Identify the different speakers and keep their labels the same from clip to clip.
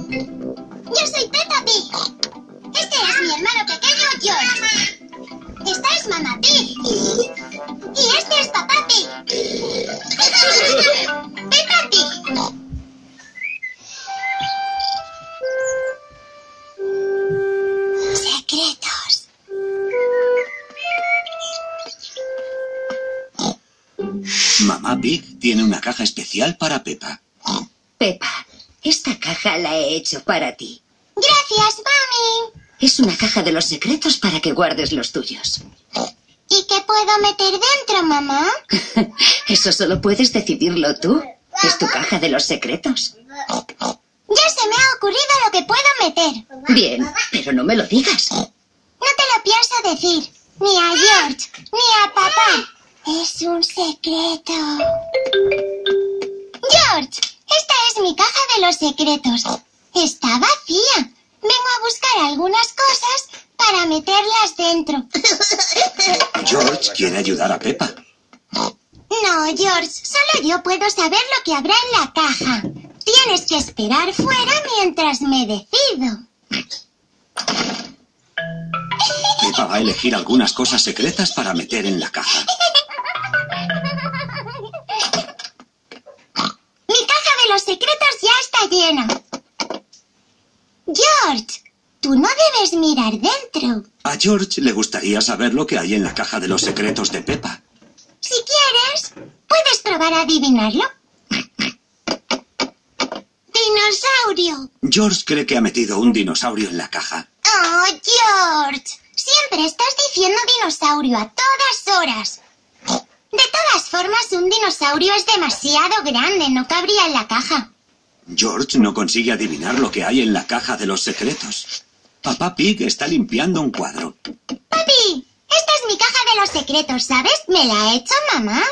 Speaker 1: Yo soy Peppa Pig. Este es mi hermano pequeño, George. Esta es Mamá Pig. Y este es Papá Pig. Peppa Pig. Secretos.
Speaker 2: Mamá Pig tiene una caja especial para Peppa.
Speaker 3: Pepa, esta caja la he hecho para ti.
Speaker 1: Gracias, mami.
Speaker 3: Es una caja de los secretos para que guardes los tuyos.
Speaker 1: ¿Y qué puedo meter dentro, mamá?
Speaker 3: Eso solo puedes decidirlo tú. Es tu caja de los secretos.
Speaker 1: Ya se me ha ocurrido lo que puedo meter.
Speaker 3: Bien, pero no me lo digas.
Speaker 1: No te lo pienso decir. Ni a George, ni a papá. Es un secreto. George, esta es mi caja de los secretos. Está vacía. Vengo a buscar algunas cosas para meterlas dentro.
Speaker 2: George quiere ayudar a Peppa.
Speaker 1: No, George, solo yo puedo saber lo que habrá en la caja. Tienes que esperar fuera mientras me decido.
Speaker 2: Peppa va a elegir algunas cosas secretas para meter en la caja.
Speaker 1: Mi caja de los secretos ya está llena. George, tú no debes mirar dentro.
Speaker 2: A George le gustaría saber lo que hay en la caja de los secretos de Peppa.
Speaker 1: Si quieres, puedes probar a adivinarlo. Dinosaurio.
Speaker 2: George cree que ha metido un dinosaurio en la caja.
Speaker 1: Oh, George, siempre estás diciendo dinosaurio a todas horas. De todas formas, un dinosaurio es demasiado grande, no cabría en la caja.
Speaker 2: George no consigue adivinar lo que hay en la caja de los secretos. Papá Pig está limpiando un cuadro.
Speaker 1: Papi, esta es mi caja de los secretos, ¿sabes? Me la ha hecho mamá.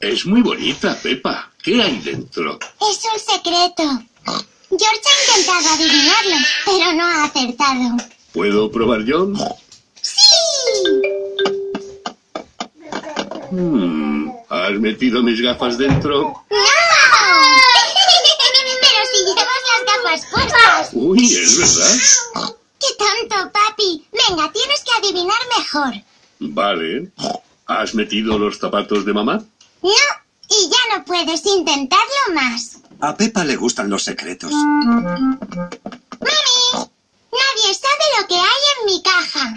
Speaker 4: Es muy bonita, Pepa. ¿Qué hay dentro?
Speaker 1: Es un secreto. George ha intentado adivinarlo, pero no ha acertado.
Speaker 4: ¿Puedo probar yo?
Speaker 1: ¡Sí!
Speaker 4: Hmm, ¿Has metido mis gafas dentro?
Speaker 1: ¡No! pero si llevas las gafas puestas.
Speaker 4: Uy, es verdad.
Speaker 1: ¡Qué tonto, papi! Venga, tienes que adivinar mejor.
Speaker 4: Vale. ¿Has metido los zapatos de mamá?
Speaker 1: No, y ya no puedes intentarlo más.
Speaker 2: A Peppa le gustan los secretos.
Speaker 1: ¡Mami! Nadie sabe lo que hay en mi caja.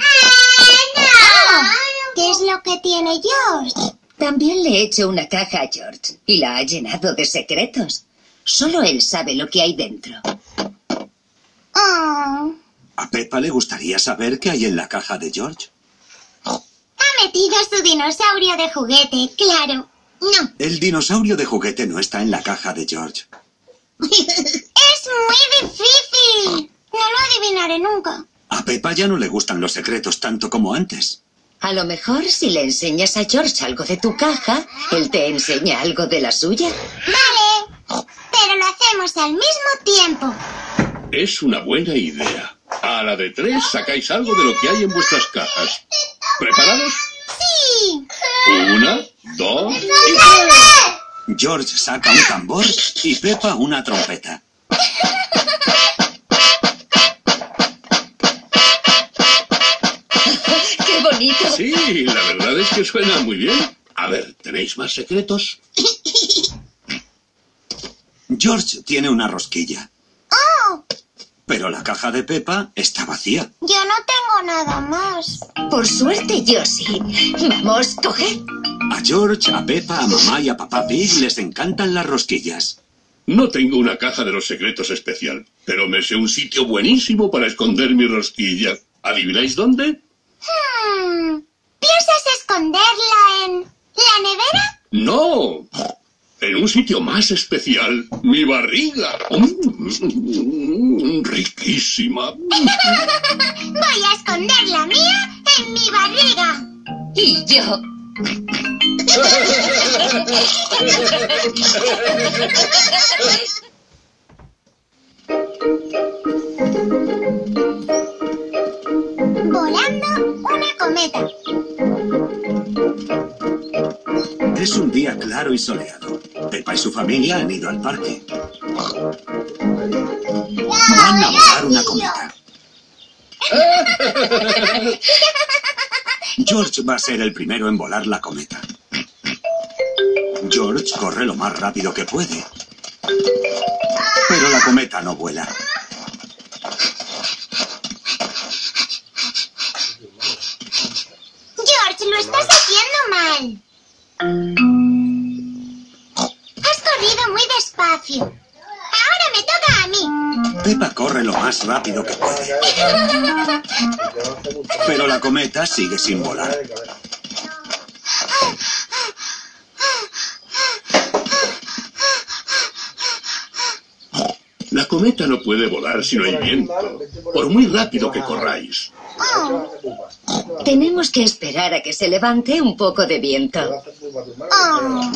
Speaker 1: Ah, ¿Qué es lo que tiene George?
Speaker 3: También le he hecho una caja a George y la ha llenado de secretos. Solo él sabe lo que hay dentro.
Speaker 1: Oh,
Speaker 2: A Peppa le gustaría saber qué hay en la caja de George.
Speaker 1: ha metido su dinosaurio de juguete, claro. No,
Speaker 2: El dinosaurio de juguete no está en la caja de George.
Speaker 1: es muy difícil. No lo adivinaré nunca.
Speaker 2: A Peppa ya no le gustan los secretos tanto como antes.
Speaker 3: A lo mejor si le enseñas a George algo de tu caja, él te enseña algo de la suya.
Speaker 1: Vale, pero lo hacemos al mismo tiempo.
Speaker 4: Es una buena idea. A la de tres sacáis algo de lo que hay en vuestras cajas. ¿Preparados?
Speaker 1: Sí.
Speaker 4: Una, dos y tres.
Speaker 2: George saca un tambor y Peppa una trompeta.
Speaker 3: ¡Qué bonito!
Speaker 4: Sí, la verdad es que suena muy bien. A ver, ¿tenéis más secretos?
Speaker 2: George tiene una rosquilla,
Speaker 1: Oh,
Speaker 2: pero la caja de Peppa está vacía.
Speaker 1: yo no tengo nada más.
Speaker 3: Por suerte, yo sí. Vamos, coge.
Speaker 2: A George, a Peppa, a mamá y a papá Pig les encantan las rosquillas.
Speaker 4: No tengo una caja de los secretos especial, pero me sé un sitio buenísimo para esconder mi rosquilla. ¿Adivináis dónde?
Speaker 1: Hmm, ¿Piensas esconderla en la nevera?
Speaker 4: ¡No! En un sitio más especial, mi barriga. Mm, riquísima.
Speaker 1: Voy a esconder la mía en mi barriga.
Speaker 3: Y yo.
Speaker 1: Volando una cometa.
Speaker 2: Es un día claro y soleado. Peppa y su familia han ido al parque. Van a volar una cometa. George va a ser el primero en volar la cometa. George corre lo más rápido que puede. Pero la cometa no vuela.
Speaker 1: George, lo estás haciendo mal. Has corrido muy despacio. Ahora me toca a mí.
Speaker 2: Peppa corre lo más rápido que puede. Pero la cometa sigue sin volar.
Speaker 4: La cometa no puede volar si no hay viento, por muy rápido que corráis.
Speaker 1: Oh,
Speaker 3: Tenemos que esperar a que se levante un poco de viento.
Speaker 1: oh. ¡Mirad!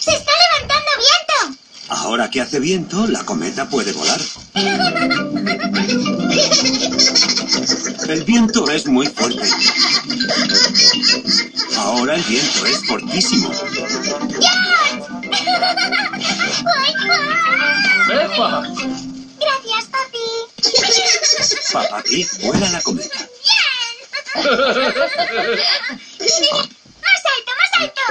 Speaker 1: ¡Se está levantando viento!
Speaker 2: Ahora que hace viento, la cometa puede volar. El viento es muy fuerte. Ahora el viento es fortísimo.
Speaker 1: ¡Voy, voy!
Speaker 5: ¡Pepa!
Speaker 1: Gracias, papi.
Speaker 2: Papá Pig vuela la cometa.
Speaker 1: ¡Bien! ¡Más alto, más alto!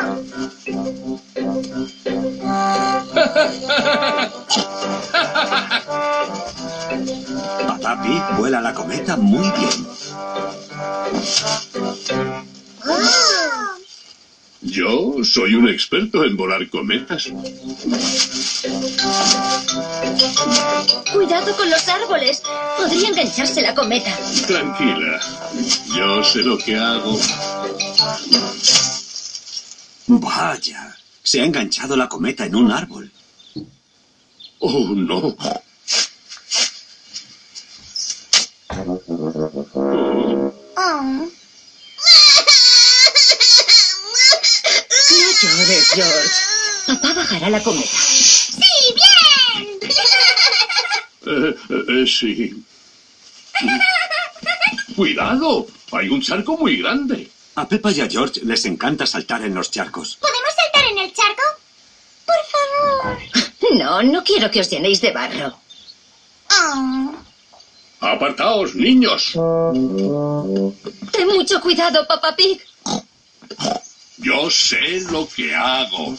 Speaker 2: Papá Pig vuela la cometa muy bien.
Speaker 1: Oh.
Speaker 4: Yo soy un experto en volar cometas.
Speaker 3: Cuidado con los árboles. Podría engancharse la cometa.
Speaker 4: Tranquila, yo sé lo que hago.
Speaker 2: Vaya, se ha enganchado la cometa en un árbol.
Speaker 4: Oh, no.
Speaker 1: Oh.
Speaker 3: No llores, George. Papá bajará la cometa.
Speaker 1: ¡Sí, bien!
Speaker 4: Eh, eh, sí. Cuidado, hay un charco muy grande.
Speaker 2: A Peppa y a George les encanta saltar en los charcos.
Speaker 1: ¿Podemos saltar en el charco? Por favor.
Speaker 3: No, no quiero que os llenéis de barro.
Speaker 1: Oh.
Speaker 4: Apartaos, niños.
Speaker 3: Ten mucho cuidado, Papá Pig.
Speaker 4: Yo sé lo que hago.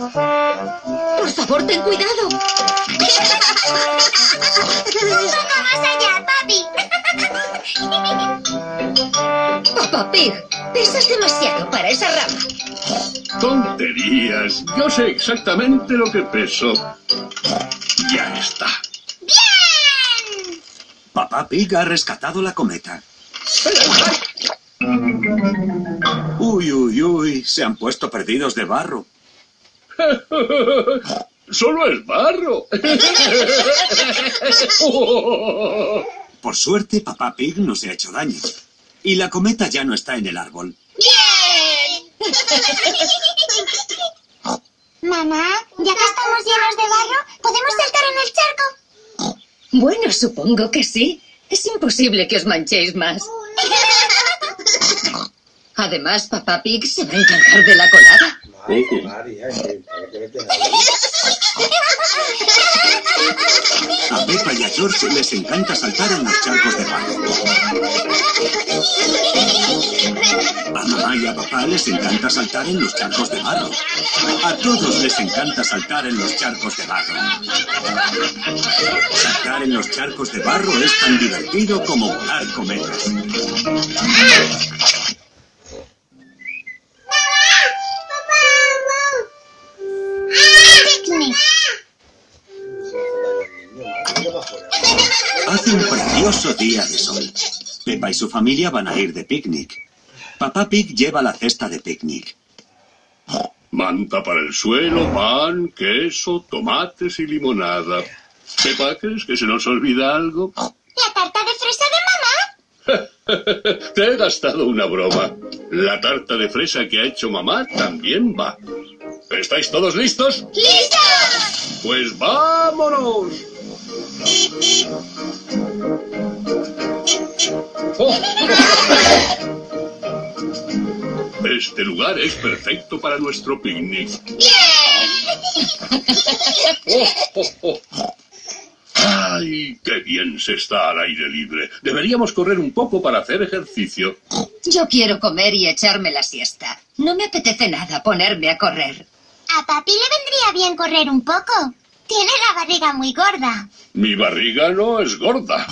Speaker 3: Por favor, ten cuidado.
Speaker 1: Un poco más allá, papi.
Speaker 3: Papá Pig, pesas demasiado para esa rama.
Speaker 4: Tonterías. Yo sé exactamente lo que peso. Ya está.
Speaker 1: ¡Bien!
Speaker 2: Papá Pig ha rescatado la cometa. Uy, uy, uy, se han puesto perdidos de barro.
Speaker 4: Solo es barro.
Speaker 2: Por suerte, Papá Pig no se ha hecho daño. Y la cometa ya no está en el árbol.
Speaker 1: ¡Bien! Mamá, ya que estamos llenos de barro, ¿podemos saltar en el charco?
Speaker 3: Bueno, supongo que sí. Es imposible que os manchéis más. Además, Papá Pig se va a encargar de la colada.
Speaker 2: A Peppa y a George les encanta saltar en los charcos de barro. A mamá y a papá les encanta saltar en los charcos de barro. A todos les encanta saltar en los charcos de barro. Saltar en los charcos de barro es tan divertido como volar cometas.
Speaker 1: Picnic.
Speaker 2: Hace un precioso día de sol. Pepa y su familia van a ir de picnic. Papá Pig lleva la cesta de picnic.
Speaker 4: Manta para el suelo, pan, queso, tomates y limonada. Pepa, ¿crees que se nos olvida algo?
Speaker 1: ¿La tarta de fresa de mamá?
Speaker 4: Te he gastado una broma. La tarta de fresa que ha hecho mamá también va. ¿Estáis todos listos?
Speaker 1: ¡Listo!
Speaker 4: Pues vámonos. Este lugar es perfecto para nuestro picnic. ¡Ay, qué bien se está al aire libre! Deberíamos correr un poco para hacer ejercicio.
Speaker 3: Yo quiero comer y echarme la siesta. No me apetece nada ponerme a correr.
Speaker 1: A papi le vendría bien correr un poco. Tiene la barriga muy gorda.
Speaker 4: Mi barriga no es gorda.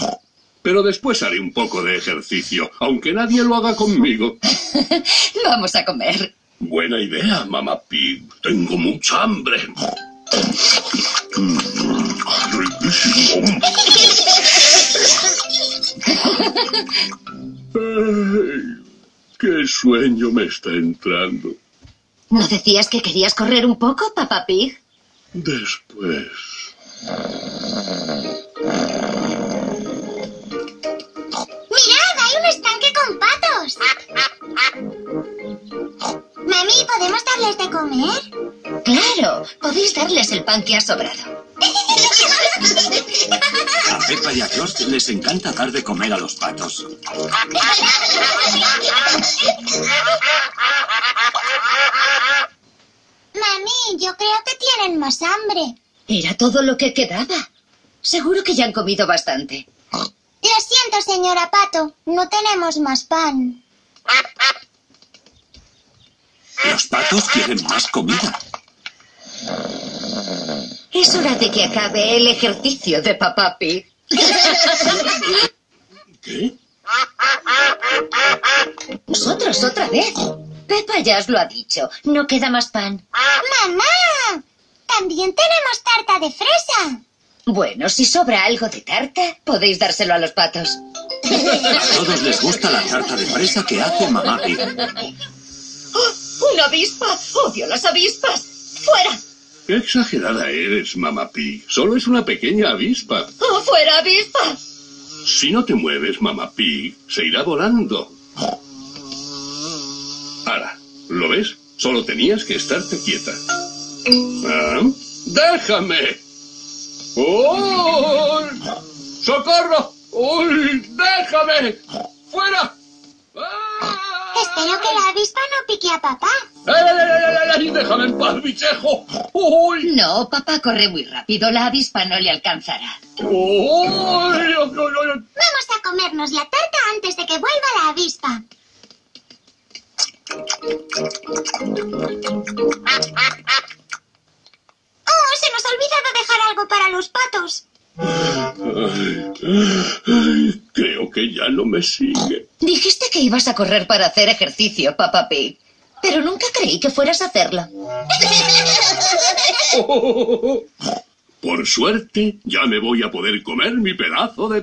Speaker 4: Pero después haré un poco de ejercicio, aunque nadie lo haga conmigo.
Speaker 3: Vamos a comer.
Speaker 4: Buena idea, mamá Pig. Tengo mucha hambre. Mm, Riquísimo. Ay, ¡Qué sueño me está entrando!
Speaker 3: ¿No decías que querías correr un poco, papá Pig?
Speaker 4: Después.
Speaker 1: ¡Mirad! ¡Hay un estanque con patos! Mami, ¿podemos darles de comer?
Speaker 3: Claro, podéis darles el pan que ha sobrado.
Speaker 2: A Peppa y a George les encanta dar de comer a los patos.
Speaker 1: Mami, yo creo que tienen más hambre.
Speaker 3: Era todo lo que quedaba. Seguro que ya han comido bastante.
Speaker 1: Lo siento, señora Pato, no tenemos más pan.
Speaker 2: Los patos quieren más comida.
Speaker 3: Es hora de que acabe el ejercicio de papá Pig.
Speaker 2: ¿Qué?
Speaker 3: Nosotros otra vez. Pepa ya os lo ha dicho. No queda más pan.
Speaker 1: ¡Mamá! También tenemos tarta de fresa.
Speaker 3: Bueno, si sobra algo de tarta, podéis dárselo a los patos.
Speaker 2: A todos les gusta la tarta de fresa que hace mamá Pig.
Speaker 3: ¡Oh! ¡Una avispa! ¡Odio las avispas! ¡Fuera!
Speaker 4: ¡Qué exagerada eres, mamá Pig! Solo es una pequeña avispa.
Speaker 3: ¡Oh, fuera avispa!
Speaker 4: Si no te mueves, mamá Pig, se irá volando. Ahora, ¿lo ves? Solo tenías que estarte quieta. ¿Ah? ¡Déjame! ¡Oh! ¡Socorro! ¡Uy! ¡Déjame! ¡Fuera! ¡Ah!
Speaker 1: Espero que la avispa no pique a papá.
Speaker 4: ¡Ay, ay, ay, ay, ay, ay! ¡Déjame en paz, bichejo! ¡Uy!
Speaker 3: No, papá corre muy rápido. La avispa no le alcanzará.
Speaker 4: ¡Uy! ¡Ay, ay, ay, ay!
Speaker 1: Vamos a comernos la tarta antes de que vuelva la avispa. ¡Oh, se nos ha olvidado dejar algo para los patos!
Speaker 4: Ay, ay, creo que ya no me sigue.
Speaker 3: Dijiste que ibas a correr para hacer ejercicio, papá Pig. Pero nunca creí que fueras a hacerlo.
Speaker 4: Por suerte, ya me voy a poder comer mi pedazo de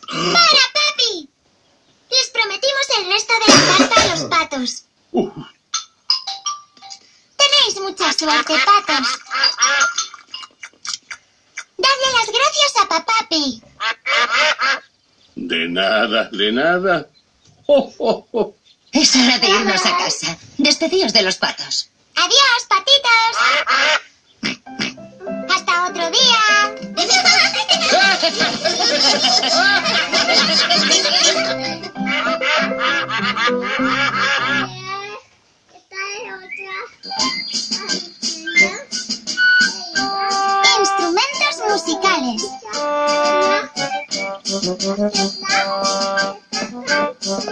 Speaker 1: ¡Para, papi! Les prometimos el resto de la tarta a los patos.
Speaker 4: Uh,
Speaker 1: Tenéis mucha suerte, patos. Dadle las gracias a papá Pig.
Speaker 4: de nada, de nada. Oh, oh, oh.
Speaker 3: Es hora de irnos a casa. Despedíos de los patos.
Speaker 1: Adiós, patitos. Hasta otro día. Instrumentos musicales.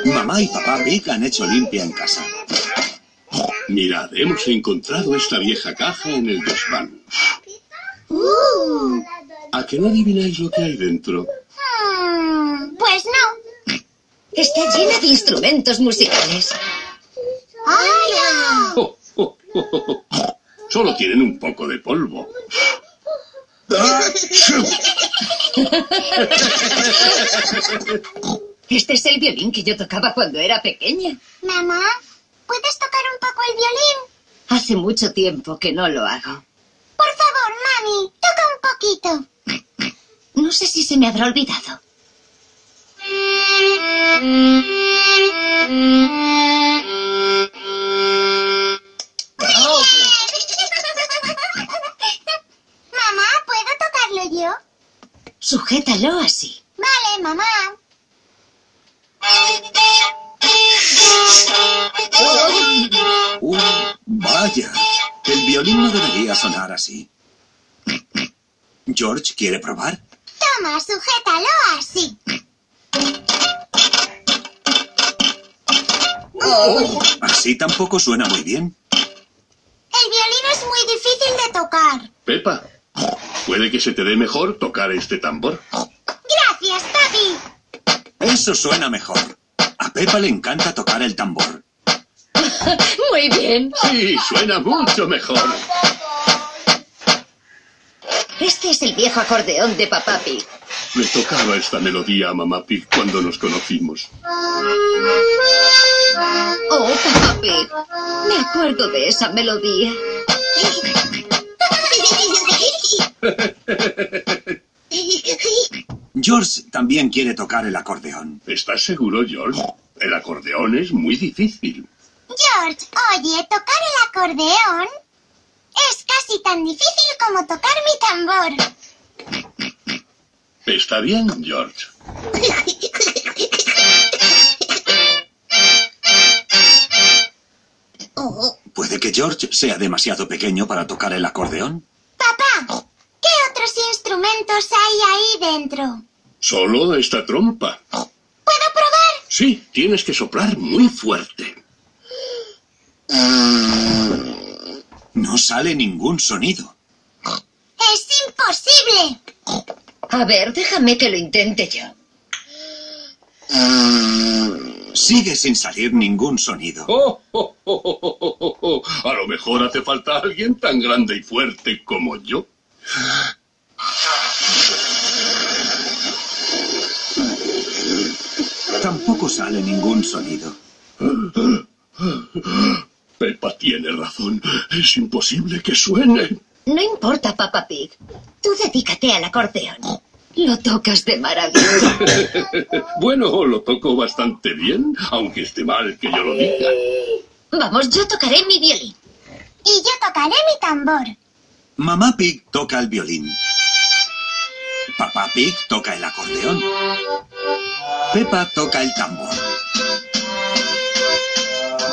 Speaker 2: Mamá y papá Pig han hecho limpia en casa.
Speaker 4: Mirad, hemos encontrado esta vieja caja en el desván.
Speaker 1: Uh.
Speaker 4: ¿A que no adivináis lo que hay dentro?
Speaker 1: Hmm, pues no.
Speaker 3: Está llena de instrumentos musicales.
Speaker 1: ¡Hola!
Speaker 4: Oh, oh, oh, oh, oh. Solo tienen un poco de polvo.
Speaker 3: Este es el violín que yo tocaba cuando era pequeña.
Speaker 1: Mamá, ¿puedes tocar un poco el violín?
Speaker 3: Hace mucho tiempo que no lo hago.
Speaker 1: Por favor, mami, toca un poquito.
Speaker 3: No sé si se me habrá olvidado.
Speaker 1: Mamá, ¿puedo tocarlo yo?
Speaker 3: Sujétalo así.
Speaker 1: Vale, mamá.
Speaker 3: ¡Ay,
Speaker 2: Calla. Uh, El violín no debería sonar así. George, ¿quiere probar?
Speaker 1: Toma, sujétalo así.
Speaker 2: Así tampoco suena muy bien.
Speaker 1: El violín es muy difícil de tocar.
Speaker 4: Pepa, puede que se te dé mejor tocar este tambor.
Speaker 1: Gracias, papi.
Speaker 2: Eso suena mejor. A Pepa le encanta tocar el tambor.
Speaker 5: Muy bien.
Speaker 4: Sí, suena mucho mejor.
Speaker 3: Este es el viejo acordeón de Papá Pig.
Speaker 4: Le tocaba esta melodía a Mamá Pig cuando nos conocimos.
Speaker 3: Oh, Papá Pig. Me acuerdo de esa melodía.
Speaker 2: George también quiere tocar el acordeón.
Speaker 4: ¿Estás seguro, George? El acordeón es muy difícil.
Speaker 1: George, oye, tocar el acordeón es casi tan difícil como tocar mi tambor.
Speaker 4: Está bien, George.
Speaker 2: ¿Puede que George sea demasiado pequeño para tocar el acordeón?
Speaker 1: Papá, ¿qué otros instrumentos hay ahí dentro?
Speaker 4: Solo esta trompa.
Speaker 1: ¿Puedo probar?
Speaker 4: Sí, tienes que soplar muy fuerte.
Speaker 2: No sale ningún sonido.
Speaker 1: Es imposible.
Speaker 3: A ver, déjame que lo intente yo.
Speaker 2: Sigue sin salir ningún sonido.
Speaker 4: Oh, oh, oh, oh, oh, oh, oh. A lo mejor hace falta alguien tan grande y fuerte como yo.
Speaker 2: Tampoco sale ningún sonido.
Speaker 4: Pepa tiene razón. Es imposible que suene.
Speaker 3: No importa, Papá Pig. Tú dedícate al acordeón. Lo tocas de maravilla.
Speaker 4: Bueno, lo toco bastante bien, aunque esté mal que yo lo diga.
Speaker 3: Vamos, yo tocaré mi violín.
Speaker 1: Y yo tocaré mi tambor.
Speaker 2: Mamá Pig toca el violín. Papá Pig toca el acordeón. Pepa toca el tambor.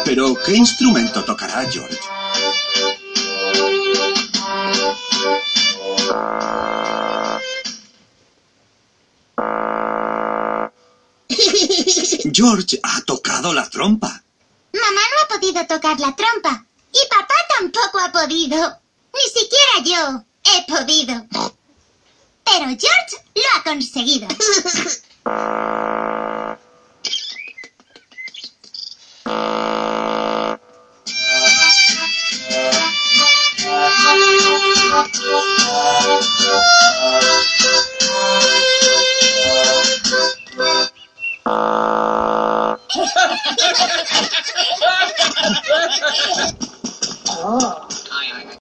Speaker 2: Pero, ¿qué instrumento tocará George? George ha tocado la trompa.
Speaker 1: Mamá no ha podido tocar la trompa. Y papá tampoco ha podido. Ni siquiera yo he podido. Pero George lo ha conseguido.